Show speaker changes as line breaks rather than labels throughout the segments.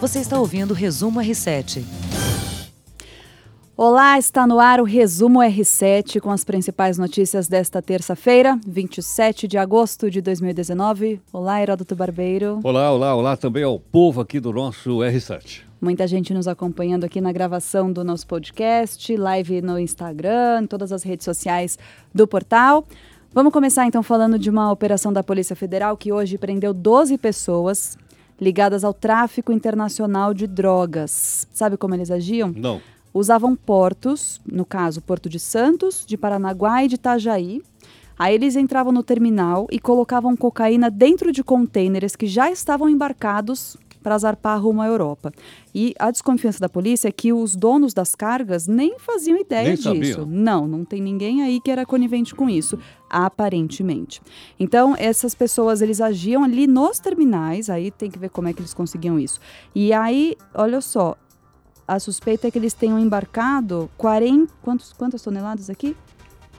Você está ouvindo o Resumo R7.
Olá, está no ar o Resumo R7 com as principais notícias desta terça-feira, 27 de agosto de 2019. Olá, Heródoto Barbeiro.
Olá, olá, olá também ao povo aqui do nosso R7.
Muita gente nos acompanhando aqui na gravação do nosso podcast, live no Instagram, em todas as redes sociais do portal. Vamos começar então falando de uma operação da Polícia Federal que hoje prendeu 12 pessoas ligadas ao tráfico internacional de drogas. Sabe como eles agiam?
Não.
usavam portos, no caso Porto de Santos, de Paranaguá e de Itajaí. Aí eles entravam no terminal e colocavam cocaína dentro de contêineres que já estavam embarcados para zarpar rumo à Europa. E a desconfiança da polícia é que os donos das cargas nem faziam ideia
Nem
disso.
sabiam.
Não, não tem ninguém aí que era conivente com isso, aparentemente. Então, essas pessoas, eles agiam ali nos terminais, aí tem que ver como é que eles conseguiam isso. E aí, olha só, a suspeita é que eles tenham embarcado 40. Quantos, quantas toneladas aqui?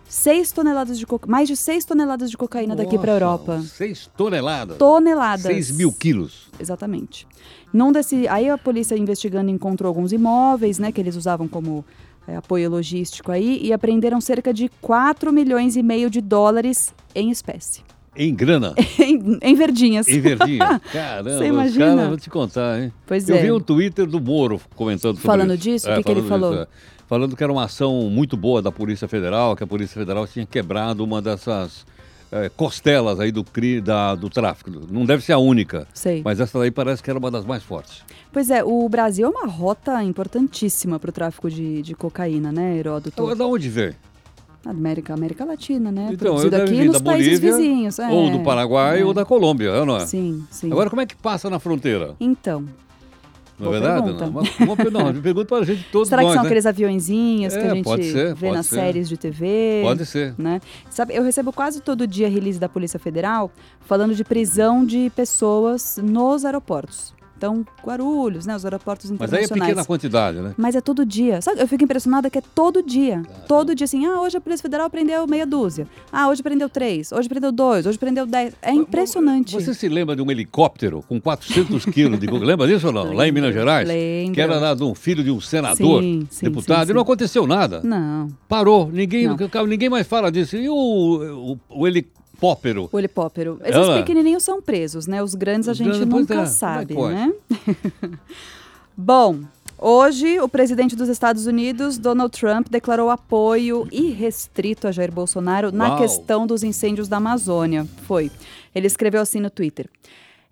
6 toneladas de coca, mais de 6 toneladas de cocaína daqui para a
Nossa,
Europa.
Seis toneladas.
Toneladas.
6 mil quilos.
Exatamente. Num desse, aí a polícia investigando encontrou alguns imóveis, né, que eles usavam como é, apoio logístico aí e apreenderam cerca de 4 milhões e meio de dólares em espécie.
Em grana,
em, em verdinhas.
em verdinha. Caramba,
Você
os
imagina?
caras, vou te contar, hein?
Pois
Eu
é.
vi um Twitter do Moro comentando sobre
Falando
isso.
disso? O que que ele
falando
falou?
é. Falando que era uma ação muito boa da Polícia Federal, que a Polícia Federal tinha quebrado uma dessas eh, costelas aí do, cri, da- do tráfico. Não deve ser a única,
Sei.
mas essa daí parece que era uma das mais fortes.
Pois é, o Brasil é uma rota importantíssima para o tráfico de, de cocaína, né, Heródoto?
Então, da onde vem?
América, América Latina, né?
Então,
Produzido
deve
aqui
vir
nos
da
países
Bolívia,
vizinhos. é.
ou do Paraguai
É.
ou da Colômbia, é ou não é?
Sim, sim.
Agora, como é que passa na fronteira?
Então,
Na
Boa
verdade,
pergunta.
não. Uma, uma, per- não, uma pergunta para a gente todos
será que
nós,
são
né?
aqueles aviõezinhos que
É,
a gente
pode ser,
vê
pode
nas
ser.
séries de TV?
Pode ser.
né? Sabe, eu recebo quase todo dia release da Polícia Federal falando de prisão de pessoas nos aeroportos. Então, Guarulhos, né? Os aeroportos
Mas aí é
internacionais.
pequena quantidade, né?
Mas é todo dia. Sabe, eu fico impressionada que é todo dia.
Tá.
Todo dia, assim, ah, hoje a Polícia Federal prendeu meia dúzia. Ah, hoje prendeu três, hoje prendeu dois, hoje prendeu dez. É impressionante.
Você se lembra de um helicóptero com 400 quilos de coca? Lembra disso ou não? Lá em Minas Gerais?
Lembro.
Que era lá de um filho de um senador,
Sim, sim,
deputado,
sim, sim.
e não aconteceu nada.
Não.
Parou. Ninguém,
Não.
ninguém mais fala disso. E o, o, o helicóptero?
O helicóptero. Esses
Ela-
pequenininhos são presos, né? Os grandes a
Os
gente
grandes, pois
nunca
é.
sabe,
Como é que
né? Bom, hoje o presidente dos Estados Unidos, Donald Trump, declarou apoio irrestrito a Jair Bolsonaro na
Uau.
questão dos incêndios da Amazônia. Foi. Ele escreveu assim no Twitter.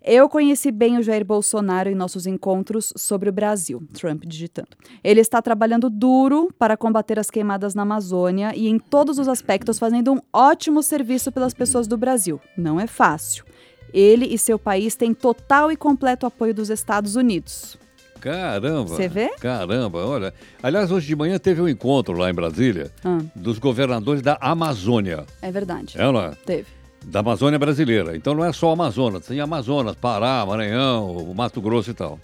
Eu conheci bem o Jair Bolsonaro em nossos encontros sobre o Brasil, Trump digitando. Ele está trabalhando duro para combater as queimadas na Amazônia e, em todos os aspectos, fazendo um ótimo serviço pelas pessoas do Brasil. Não é fácil. Ele e seu país têm total e completo apoio dos Estados Unidos.
Caramba!
Você vê?
Caramba, olha. Aliás, hoje de manhã teve um encontro lá em Brasília
Ah.
dos governadores da Amazônia.
É verdade.
É, ou não é?
Teve.
Da Amazônia brasileira. Então não é só Amazonas, tem Amazonas, Pará, Maranhão, o Mato Grosso e tal.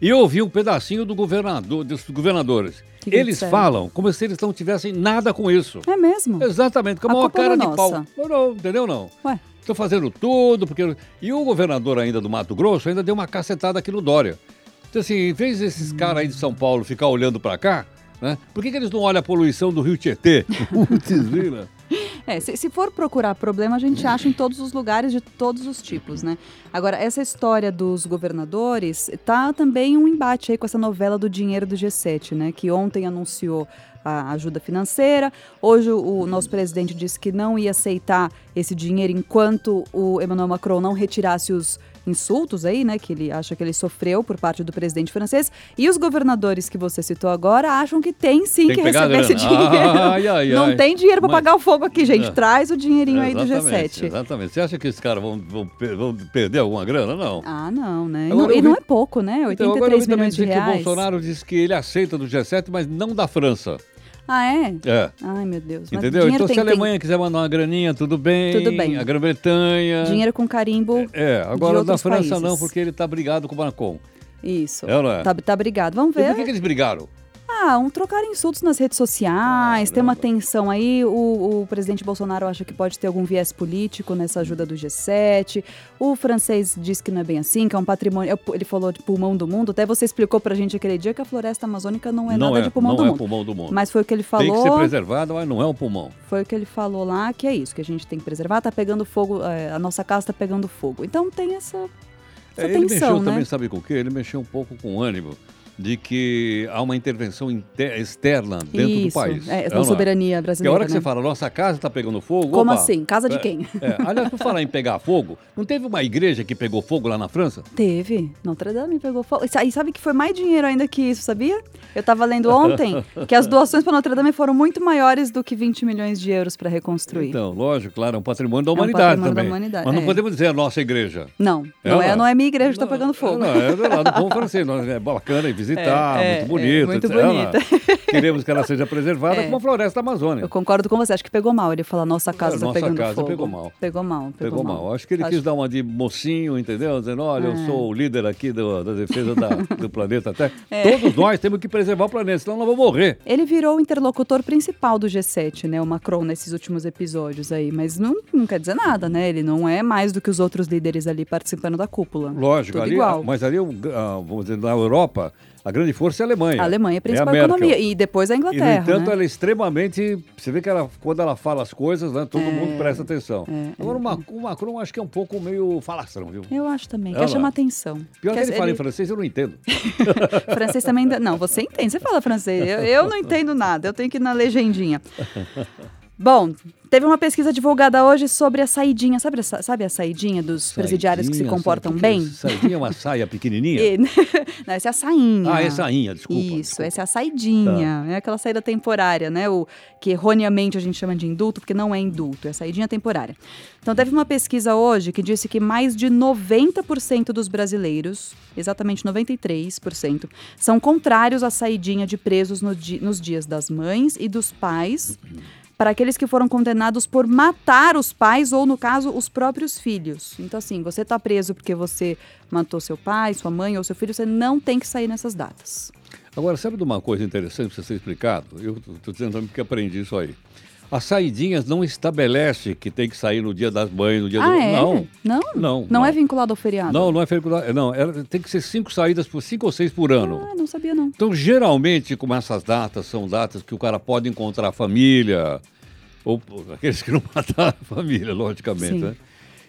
E eu ouvi um pedacinho do governador, dos governadores.
Que que
eles
disseram?
falam como se eles não tivessem nada com isso.
É mesmo?
Exatamente, com a
A
maior
culpa
cara
não
de
é
pau.
nossa.
Não, não, entendeu não?
Ué,
Estou fazendo tudo, porque. E o governador ainda do Mato Grosso ainda deu uma cacetada aqui no Dória. Então, assim, em vez desses caras aí de São Paulo ficar olhando para cá, né? Por que, que eles não olham a poluição do Rio Tietê? Putz, vira.
é, se, se for procurar problema, a gente acha em todos os lugares, de todos os tipos, né? Agora, essa história dos governadores tá também um embate aí com essa novela do dinheiro do G7, né? Que ontem anunciou a ajuda financeira. Hoje o, o nosso presidente disse que não ia aceitar esse dinheiro enquanto o Emmanuel Macron não retirasse os insultos aí, né, que ele acha que ele sofreu por parte do presidente francês, e os governadores que você citou agora acham que tem sim
Tem
que,
que pegar a
receber esse
grana.
dinheiro.
Ai, ai,
não
ai.
tem dinheiro pra
Mas-
pagar o fogo aqui, gente.
É.
Traz o dinheirinho aí do
Exatamente,
G7.
Exatamente. Você acha que esses caras vão, vão per- vão perder alguma grana? Não.
Ah, não, né? E
Agora
não-
eu
e
vi-
não é pouco, né? 83
então, agora eu vi também
milhões de
dizer que o
reais.
Bolsonaro disse que ele aceita do G7, mas não da França.
Ah, é?
É.
Ai, meu Deus. Mas
Entendeu?
dinheiro
Então, se
tem-
a Alemanha quiser mandar uma graninha, tudo bem.
Tudo bem.
A Grã-Bretanha.
tem dinheiro com carimbo.
É, agora da
outros
França não,
países.
porque ele está brigado com o Macron.
Isso.
É, não é?
Tá, tá brigado. Vamos
E por
ver.
que, que eles brigaram?
Ah, Ah, um trocar insultos nas redes sociais, tem uma tensão aí. O, o presidente Bolsonaro acha que pode ter algum viés político nessa ajuda do G7. O francês diz que não é bem assim, que é um patrimônio. Ele falou de pulmão do mundo. Até você explicou pra gente aquele dia que a floresta amazônica não é
não
nada
é,
de pulmão
não
do
é
mundo.
pulmão do mundo.
Mas foi o que ele falou.
Tem que ser preservado, mas não é um pulmão.
Foi o que ele falou lá, que é isso, que a gente tem que preservar, tá pegando fogo, é, a nossa casa tá pegando fogo. Então tem essa, essa
É, ele mexeu
tensão, né?
também, sabe com o quê? Ele mexeu um pouco com o ânimo de que há uma intervenção inte- externa dentro
isso,
do país.
É,
ou não
na soberania
Porque
brasileira,
a hora que
né?
você fala, nossa casa está pegando fogo.
Como
opa.
assim? Casa de
É,
quem?
é. Aliás, por falar em pegar fogo, não teve uma igreja que pegou fogo lá na França?
Teve. Notre Dame pegou fogo. E sa- e sabe que foi mais dinheiro ainda que isso, sabia? Eu tava lendo ontem que as doações para Notre Dame foram muito maiores do que 20 milhões de euros para reconstruir.
Então, lógico, claro, é um patrimônio da
um
humanidade
patrimônio da
também.
humanidade,
Mas não
é.
podemos dizer a nossa igreja.
não, não
Ela-
é, não é minha igreja que tá
Não,
pegando fogo.
Não, é lá do povo francês. nós- É bacana ir visitar,
É,
muito bonito.
é, muito
etc. Ela-
bonita.
Queremos que ela seja preservada
É.
como a floresta amazônica.
Eu concordo com você, acho que pegou mal. Ele fala, nossa casa tá
nossa
pegando
casa
fogo.
pegou mal.
Pegou mal, pegou,
Pegou mal. Acho que ele quis dar uma de mocinho, entendeu? Dizendo, olha,
Ah.
eu sou o líder aqui do- da defesa da- do planeta Terra.
É.
Todos nós temos que preservar o planeta, senão nós vamos morrer.
Ele virou o interlocutor principal do G7, né, o Macron, nesses últimos episódios aí. Mas não, não quer dizer nada, né? Ele não é mais do que os outros líderes ali participando da cúpula.
Lógico,
Tudo
ali,
igual.
mas ali, o- ah, vamos dizer, na Europa, a grande força é a Alemanha.
A Alemanha é a principal
Merkel.
economia. E depois a
E, no
Inglaterra,
entanto,
né?
ela é extremamente. Você vê que ela, quando ela fala as coisas, né, todo
É,
mundo presta atenção. Agora, o Mac- o Macron acho que é um pouco meio falastrão, viu?
Eu acho também.
Olha
é, Quer
lá.
chamar atenção.
Pior que
Quer-
ele fala em francês, eu não entendo.
Francês também. ainda- Não, você entende. Você fala francês. Eu, eu não entendo nada. Eu tenho que ir na legendinha. Bom, teve uma pesquisa divulgada hoje sobre a saidinha. Sabe a, sa- sabe a saidinha dos presidiários que se
Saidinha,
comportam
sabe o que
bem?
que é? Saidinha é uma saia pequenininha?
E- não, essa é a sainha.
Ah, é sainha, desculpa.
Isso, essa é a saidinha, é aquela saída temporária, né? O que erroneamente a gente chama de indulto, porque não é indulto, é saidinha temporária. Então teve uma pesquisa hoje que disse que mais de 90% dos brasileiros, exatamente 93%, são contrários à saidinha de presos no di- nos dias das mães e dos pais. Para aqueles que foram condenados por matar os pais ou, no caso, os próprios filhos. Então, assim, você tá preso porque você matou seu pai, sua mãe ou seu filho, você não tem que sair nessas datas.
Agora, sabe de uma coisa interessante para ser explicado? Eu estou dizendo também porque aprendi isso aí. As saidinhas não estabelece que tem que sair no dia das mães, no dia do.
Ah, é?
Não.
Não?
Não,
Não,
não.
é vinculado ao feriado?
Não, não é faculdade. Não, ela tem que ser cinco saídas por cinco ou seis por ano.
Ah, não sabia não.
Então, geralmente, como essas datas são datas que o cara pode encontrar a família, ou pô, aqueles que não mataram a família, logicamente,
Sim.
né?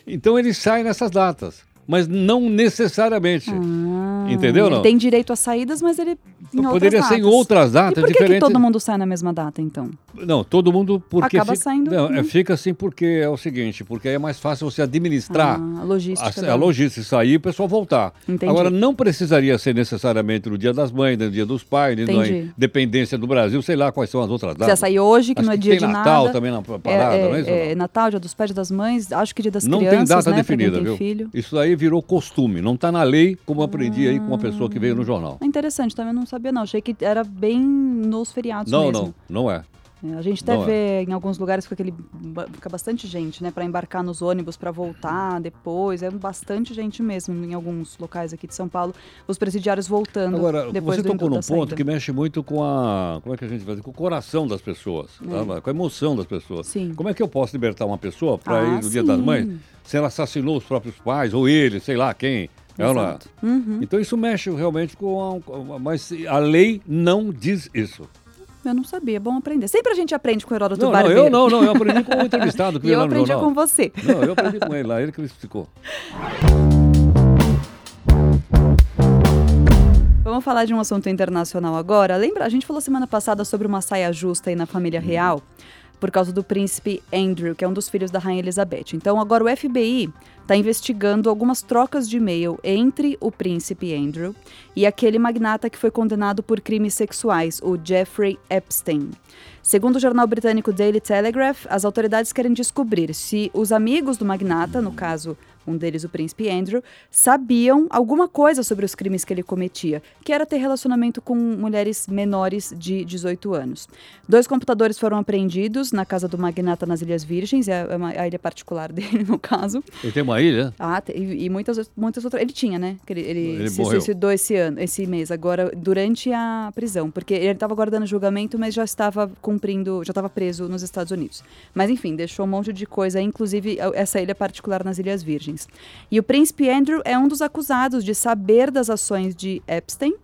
Então, ele sai nessas datas, mas não necessariamente.
Ah,
Entendeu,
ele
não? Então,
Tem direito a saídas, mas ele em outras
Poderia ser em
datas.
outras
E
datas
por que, que
diferentes.
todo mundo sai na mesma data, então?
Não, todo mundo porque
Acaba
fica...
saindo,
Não, é,
né?
fica assim porque é o seguinte, porque aí é mais fácil você administrar
Ah, a logística.
a,
da-
a logística, sair e o pessoal voltar.
Entendi.
Agora, não precisaria ser necessariamente no dia das mães, no dia dos pais, nem na
Entendi.
independência do Brasil, sei lá quais são as outras datas.
Precisa sair hoje, que
Acho
não é
que
dia
tem
de
Natal
nada.
também na parada,
é,
não é isso,
é,
não?
Natal, dia dos pais, dia das mães, acho que dia das
Não
crianças,
tem data
né, pra quem
definida,
tem
viu?
filho.
Isso aí virou costume, não está na lei, como eu aprendi aí com uma pessoa que veio no jornal.
É interessante, também não sabia não. Achei que era bem nos feriados
Não,
mesmo.
não, não é.
É, A gente até
Não é.
vê em alguns lugares com aquele ba- fica bastante gente, né, Pra embarcar nos ônibus pra voltar depois, é bastante gente mesmo em alguns locais aqui de São Paulo, os presidiários voltando
Agora,
depois
você
do tá
tocou
indulto
num
da
ponto
saída.
que mexe muito com a. Como é que a gente faz? Com o coração das pessoas, tá? com a emoção das pessoas.
É. Sim.
Como é que eu posso libertar uma pessoa para
Ah,
ir no dia das
sim.
mães se ela assassinou os próprios pais, ou ele, sei lá quem? é Ela.
Exato. Uhum.
Então isso mexe realmente com. A, com a- mas a lei não diz isso.
Eu não sabia, é bom aprender. Sempre a gente aprende com o Heródoto
Não, não,
Barbeiro.
eu não, não. Eu aprendi com o entrevistado que
E
veio
eu
lá no
aprendi
jornal.
com você.
Não, eu aprendi com ele lá, ele que me explicou.
Vamos falar de um assunto internacional agora. Lembra, a gente falou semana passada sobre uma saia justa aí na família real, por causa do príncipe Andrew, que é um dos filhos da rainha Elizabeth. Então, agora o FBI está tá investigando algumas trocas de e-mail entre o príncipe Andrew e aquele magnata que foi condenado por crimes sexuais, o Jeffrey Epstein. Segundo o jornal britânico Daily Telegraph, as autoridades querem descobrir se os amigos do magnata, no caso um deles o príncipe Andrew, sabiam alguma coisa sobre os crimes que ele cometia, que era ter relacionamento com mulheres menores de 18 anos. Dois computadores foram apreendidos na casa do magnata nas Ilhas Virgens, é uma- a ilha particular dele, no caso.
Ele tem uma ilha?
Ah, te- e, e muitas, muitas outras. Ele tinha, né? Que Ele, ele,
Ele
se
morreu.
suicidou esse ano, esse mês, agora, durante a prisão, porque ele estava aguardando julgamento, mas já estava cumprindo, já estava preso nos Estados Unidos. Mas enfim, deixou um monte de coisa, inclusive a- essa ilha particular nas Ilhas Virgens. E o príncipe Andrew é um dos acusados de saber das ações de Epstein.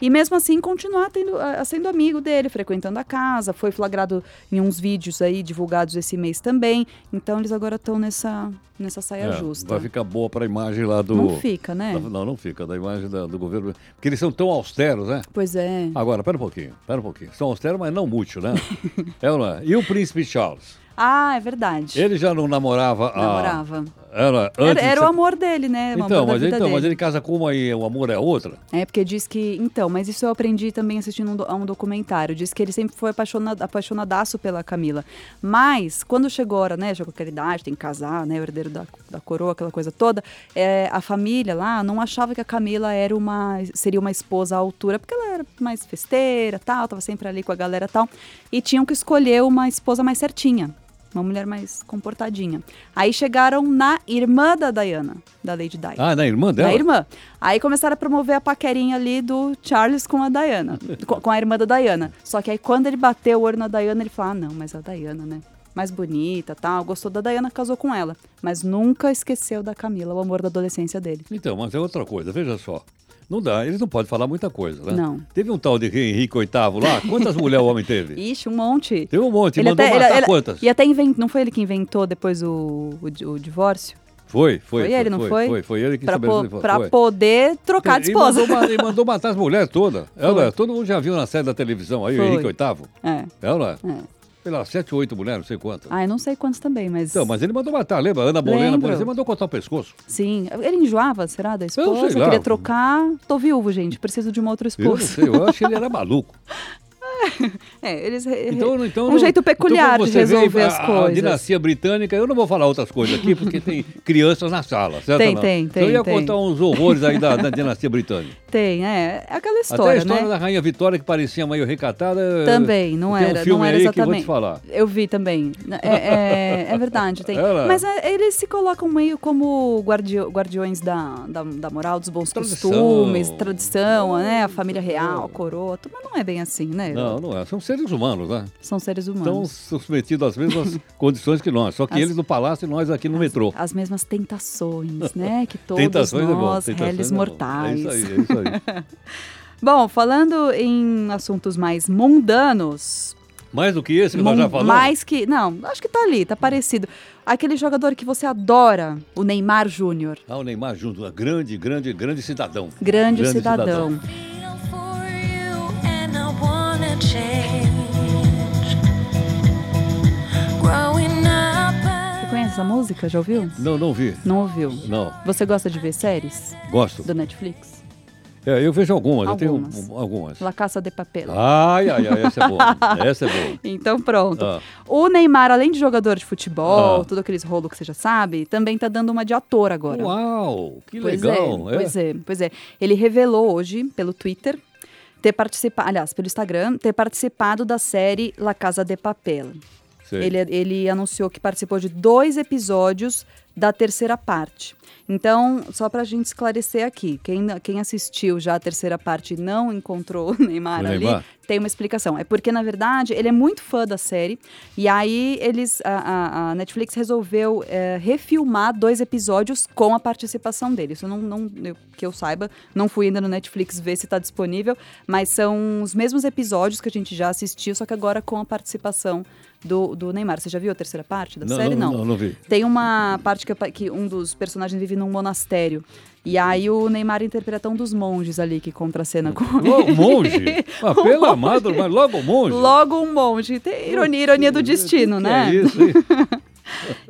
E mesmo assim continuar tendo, ah, sendo amigo dele, frequentando a casa, foi flagrado em uns vídeos aí divulgados esse mês também. Então eles agora estão nessa, nessa saia
É,
justa.
Vai ficar boa para a imagem lá do.
Não fica, né?
da- não, não fica, da imagem da- do governo. Porque eles são tão austeros, né?
Pois é.
Agora, pera um pouquinho, pera um pouquinho. São austeros, mas não mútil, né? é, ou não é? E o príncipe Charles?
Ah, é verdade.
Ele já não namorava a.
Namorava.
Era, antes
Era,
de
era o
ser-
amor dele, né? O
Então,
amor da
mas,
vida
então mas
dele.
ele casa com uma e o amor é outra?
É, porque diz que. Então, mas isso eu aprendi também assistindo um do- a um documentário. Diz que ele sempre foi apaixonado, apaixonadaço pela Camila. Mas, quando chegou a hora, né? Chegou aquela idade, tem que casar, né? O herdeiro da, da coroa, aquela coisa toda. é, a família lá não achava que a Camila era uma, seria uma esposa à altura, porque ela era mais festeira tal, tava sempre ali com a galera tal. E tinham que escolher uma esposa mais certinha. Uma mulher mais comportadinha. Aí chegaram na irmã da Diana, da Lady Di.
Ah, na irmã dela?
Da irmã. Aí começaram a promover a paquerinha ali do Charles com a Diana. com, com a irmã da Diana. Só que aí quando ele bateu o olho na Diana, ele falou: ah, não, mas a Diana, né? Mais bonita tal. Gostou da Diana, casou com ela. Mas nunca esqueceu da Camila, o amor da adolescência dele.
Então, mas é outra coisa, veja só. Não dá, eles não podem falar muita coisa, né?
Não.
Teve um tal de rei Henrique VIII lá, quantas mulheres o homem teve?
Ixi, um monte.
Teve um monte, mandou matar quantas?
E até inventou. Não foi ele que inventou depois o, o di- o divórcio?
Foi, foi.
ele, não foi?
Foi, foi ele que
pra
estabeleceu.
po-
foi,
pra
foi.
poder trocar de
E
esposa.
mandou ma- Ele mandou, matar as mulheres todas. Ela, todo mundo já viu na série da televisão aí,
Foi.
o Henrique VIII.
É.
Ela,
É.
sei lá, sete ou oito mulheres, não sei quantas.
Ah, eu não sei quantos também, mas.
Então, mas ele mandou matar, lembra? Ana Bolena, por
Lembro.
exemplo, mandou cortar o pescoço.
Sim, ele enjoava, será, da
sei
esposa?
lá.
Queria trocar. Tô viúvo, gente, preciso de uma outra
Eu não sei,
esposa.
eu acho que ele era maluco.
É, eles... re-
Então, então,
um
não-
jeito peculiar
então,
de
como você vê,
resolver
a-
as
A
coisas.
dinastia britânica, eu não vou falar outras coisas aqui, porque tem crianças na sala, certo?
Tem,
ou não?
tem,
Então eu
tem,
ia
tem.
contar uns horrores aí da, da dinastia britânica.
Tem, é, é aquela
Até a
história,
história
né?
da Rainha Vitória, que parecia meio recatada.
Também, não
tem
era,
um filme
não era
aí que eu vou
exatamente.
te falar.
Eu vi também. É, é- é verdade, tem.
Era.
Mas é, eles se colocam meio como guardio- guardiões da, da, da moral, dos bons
Tradição.
costumes, tradição, né? A família real, a coroa, tudo, mas não é bem assim, né?
Não, não é. São seres humanos, né?
São seres
Estão
humanos.
submetidos às mesmas condições que nós. Só que
As-
eles no palácio e nós aqui no metrô.
As mesmas tentações, né? Que todos
Tentações é bom.
nós,
tentações
réis
é bom.
mortais.
É isso aí, é isso aí.
Bom, falando em assuntos mais mundanos,
Mais do que esse que nós
mun-
já falamos.
mais que. Não, acho que tá ali, tá parecido. Aquele jogador que você adora, o Neymar Júnior.
Ah, o Neymar junto, um grande, grande, grande cidadão.
Grande, cidadão.
feel for you and I wanna change. Growing up,
Você
I
conhece essa música? Já ouviu?
Não, não vi.
Não ouviu?
Não,
Você gosta de ver séries
gosto.
do Netflix?
É, eu vejo algumas, eu
Algumas.
tenho um- algumas.
La Caça de
Ah.
Papel.
Ai, ai, ai, essa é boa. essa é boa.
Então pronto.
Ah.
O Neymar, além de jogador de futebol,
Ah.
tudo aqueles rolos que você já sabe, também tá dando uma de ator agora.
Uau, que
Pois
legal.
É, Pois é, pois é. Ele revelou hoje, pelo Twitter, ter participado, aliás, pelo Instagram, ter participado da série La Casa de Papel.
Sei.
Ele, ele anunciou que participou de dois episódios da terceira parte. Então, só pra gente esclarecer aqui, quem, quem assistiu já a terceira parte e não encontrou o Neymar
O
ali,
Neymar?
tem uma explicação. É porque, na verdade, ele é muito fã da série. E aí, eles, a, a- a Netflix resolveu é, refilmar dois episódios com a participação dele. Isso não, não eu- que eu saiba, não fui ainda no Netflix ver se está disponível, mas são os mesmos episódios que a gente já assistiu, só que agora com a participação do, do Neymar. Você já viu a terceira parte da
Não,
série?
não, não, não vi.
Tem uma parte que, apa- que um dos personagens vive num monastério. E aí o Neymar interpreta um dos monges ali que contracena com
Logo,
ele.
monge. Ah,
Um
pelo
monge.
amado, mas logo monge.
Logo um monge. Tem ironia, ironia do destino,
Que
né?
É isso, hein?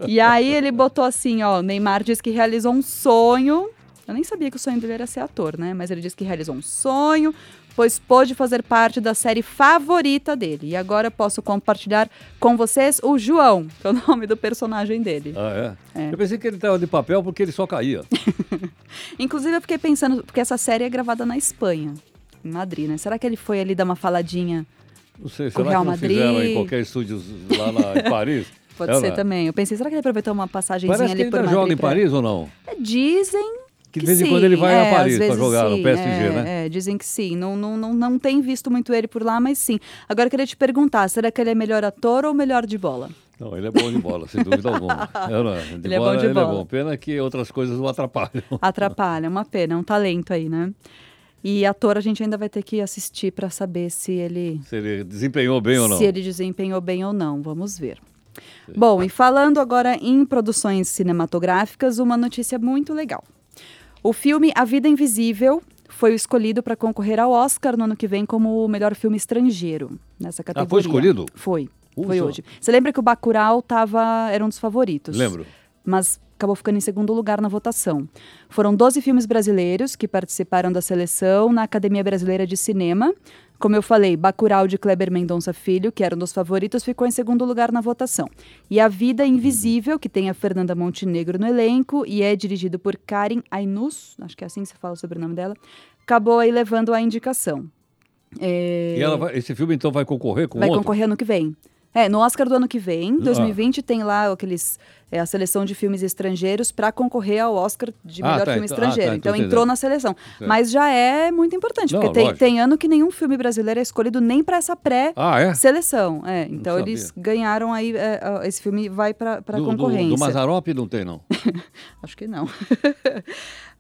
E aí ele botou assim, ó, Neymar diz que realizou um sonho Eu nem sabia que o sonho dele era ser ator, né? Mas ele disse que realizou um sonho, pois pôde fazer parte da série favorita dele. E agora posso compartilhar com vocês o João, que é o nome do personagem dele.
Ah, é?
É.
Eu pensei que ele estava de papel porque ele só caía.
Inclusive, eu fiquei pensando, porque essa série é gravada na Espanha, em Madrid, né? Será que ele foi ali dar uma faladinha?
Não sei,
Com
será que
Real
não fizeram
Madrid.
em qualquer estúdio lá na- em Paris? É
Pode
Sei
ser
lá.
também. Eu pensei, será que ele aproveitou uma passagenzinha
Parece que
ali
ele
por
ainda
Madrid? é.
joga em
pra-
Paris ou não?
Dizem
Que
que
de vez em
sim,
quando ele vai
é,
a Paris
às
para
vezes
jogar
sim,
no PSG,
é,
né?
É, dizem que sim. Não, não, não, não tem visto muito ele por lá, mas sim. Agora eu queria te perguntar, será que ele é melhor ator ou melhor de bola?
Não, ele é bom de bola, sem dúvida alguma. É, não é? De
Ele é bom de
ele
bola.
é bom. Pena que outras coisas o atrapalham.
Atrapalha, uma pena, é um talento aí, né? E ator a gente ainda vai ter que assistir para saber se ele
Se ele desempenhou bem ou não.
se ele desempenhou bem ou não. Vamos ver. Bom, e falando agora em produções cinematográficas, uma notícia muito legal. O filme A Vida Invisível foi o escolhido para concorrer ao Oscar no ano que vem como o melhor filme estrangeiro nessa
Ah, foi
categoria.
escolhido?
Foi. Foi
Puxa.
hoje. Você lembra que o Bacurau tava, era um dos favoritos?
Lembro.
mas acabou ficando em segundo lugar na votação. Foram 12 filmes brasileiros que participaram da seleção na Academia Brasileira de Cinema. Como eu falei, Bacurau de Kleber Mendonça Filho, que era um dos favoritos, ficou em segundo lugar na votação. E A Vida Invisível, que tem a Fernanda Montenegro no elenco e é dirigido por Karen Ainus, acho que é assim que se fala o sobrenome dela, acabou aí levando a indicação. É,
E ela vai- esse filme então vai concorrer com
vai
outro? Ah.
concorrer ano que vem. É, no Oscar do ano que vem, 2020, tem lá aqueles é, a seleção de filmes estrangeiros para concorrer ao Oscar de
Ah,
melhor
tá,
filme
então- ah, tá,
estrangeiro.
tô
então entrou
entendendo.
na seleção.
Certo.
Mas já é muito importante,
Não,
porque tem,
lógico.
tem ano que nenhum filme brasileiro é escolhido nem para essa pré.
Ah, é?
Seleção, é. Então
sabia.
eles ganharam aí. é, ó, esse filme vai para
do, do-
concorrência.
do Mazarop não tem, não.
Acho que não.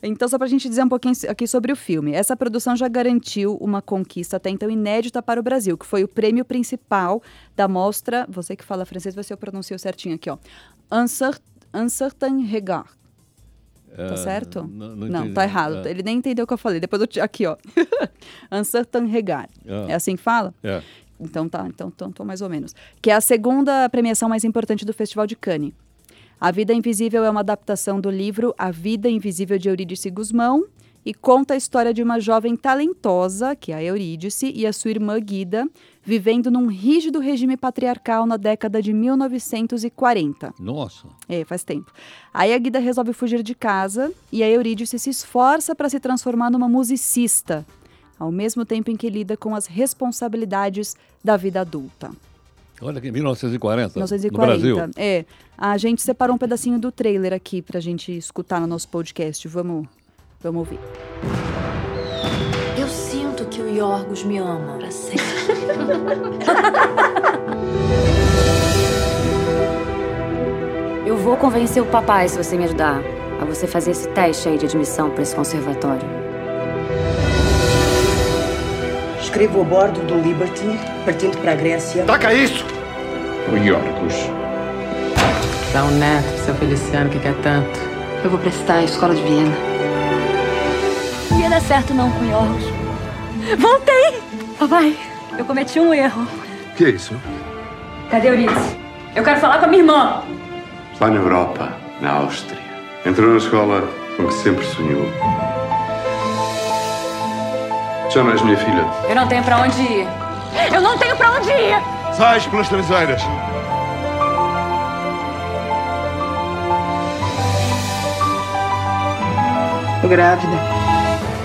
então, só para a gente dizer um pouquinho aqui sobre o filme. Essa produção já garantiu uma conquista até então inédita para o Brasil, que foi o prêmio principal da mostra. Você que fala francês, você eu pronuncio certinho aqui, ó. Uncer- Uncertain Regard. Tá
É,
certo?
Não,
Não,
entendi.
tá errado.
É,
Ele nem entendeu o que eu falei. Depois eu te... Aqui, ó. Uncertain Regard.
É.
É assim que fala?
é.
Então tá, então, então tô mais ou menos. Que é a segunda premiação mais importante do Festival de Cannes. A Vida Invisível é uma adaptação do livro A Vida Invisível de Eurídice Guzmão e conta a história de uma jovem talentosa, que é a Eurídice, e a sua irmã Guida, vivendo num rígido regime patriarcal na década de 1940.
Nossa.
É, faz tempo. Aí a Guida resolve fugir de casa e a Eurídice se esforça para se transformar numa musicista, ao mesmo tempo em que lida com as responsabilidades da vida adulta.
Olha aqui, 1940. No
1940.
Brasil.
É. A gente separou um pedacinho do trailer aqui pra gente escutar no nosso podcast. Vamos, vamos ouvir.
Eu sinto que o Yorgos me ama.
Pra sempre.
Eu vou convencer o papai se você me ajudar a você fazer esse teste aí de admissão para esse conservatório.
Escrevo a bordo do Liberty, partindo para a Grécia.
Taca isso!
O Iorgos.
Dá um neto pro seu Feliciano que quer tanto.
Eu vou prestar a escola de Viena.
Não ia dar certo não com Yorgos. Voltei! Papai, eu cometi um erro.
Que é isso?
Cadê Euridice? Eu quero falar com a minha irmã.
Lá na Europa, na Áustria. Entrou na escola com que sempre sonhou. Já não és minha filha.
Eu não tenho pra onde ir. Eu não tenho pra onde ir!
Sais pelas traseiras.
Tô grávida.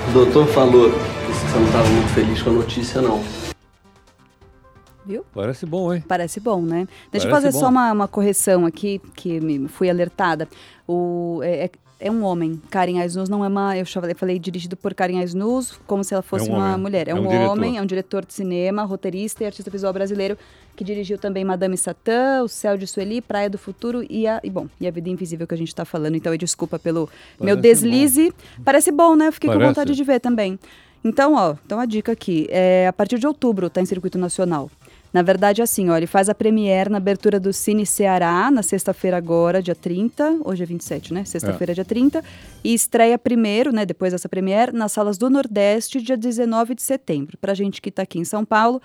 O doutor falou que você não estava muito feliz com a notícia, não.
Parece bom, hein?
Parece bom, né? Deixa eu
Parece
fazer
bom.
só uma, uma correção aqui, que me fui alertada. O, é, é- é um homem. Karen Aisnus não é uma. Eu falei, falei dirigido por Karen Aisnus, como se ela fosse
É um
uma
homem.
mulher. É,
É
um,
um diretor.
homem, é um diretor de cinema, roteirista e artista visual brasileiro, que dirigiu também Madame Satã, O Céu de Sueli, Praia do Futuro e a, e, bom, e a Vida Invisível que a gente está falando. Então, eu desculpa pelo meu
Parece
deslize. Parece bom, né? Eu fiquei com
Parece.
vontade de ver também. Então, ó, então a dica aqui. É, a partir de outubro tá em circuito nacional. Na verdade, é assim, ó, ele faz a premiere na abertura do Cine Ceará, na sexta-feira agora, dia 30. Hoje é 27, né? Sexta-feira, dia 30. E estreia primeiro, né, depois dessa premiere, nas salas do Nordeste, dia 19 de setembro. Pra gente que tá aqui em São Paulo,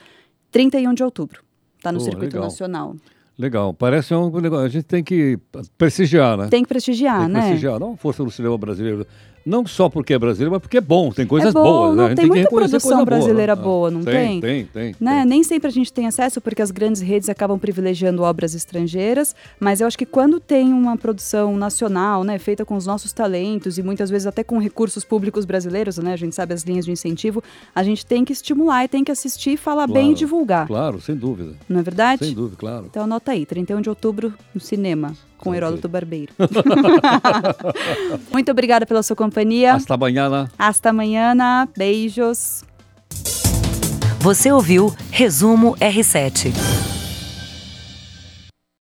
31 de outubro. Tá no
Pô,
circuito
legal.
nacional.
Legal. Parece um negócio. A gente tem que prestigiar, né?
Tem que prestigiar,
Tem que
né?
prestigiar. Dá uma força no cinema brasileiro. Não só porque é brasileiro, mas porque é bom, tem coisas
é bom,
boas. né?
não,
A gente
tem muita
reconhecer
produção
coisa boa,
brasileira
né?
boa, não tem?
Tem, tem.
Né? Nem sempre a gente tem acesso porque as grandes redes acabam privilegiando obras estrangeiras, mas eu acho que quando tem uma produção nacional, né, feita com os nossos talentos e muitas vezes até com recursos públicos brasileiros, né, a gente sabe as linhas de incentivo, a gente tem que estimular e tem que assistir, falar bem e
Claro,
divulgar.
Claro, sem dúvida.
Não é verdade?
Sem dúvida, claro.
Então anota aí, 31 de outubro, no cinema, com Heródoto Barbeiro. Muito obrigada pela sua companhia.
Hasta mañana.
Hasta amanhã. Beijos.
Você ouviu Resumo R7.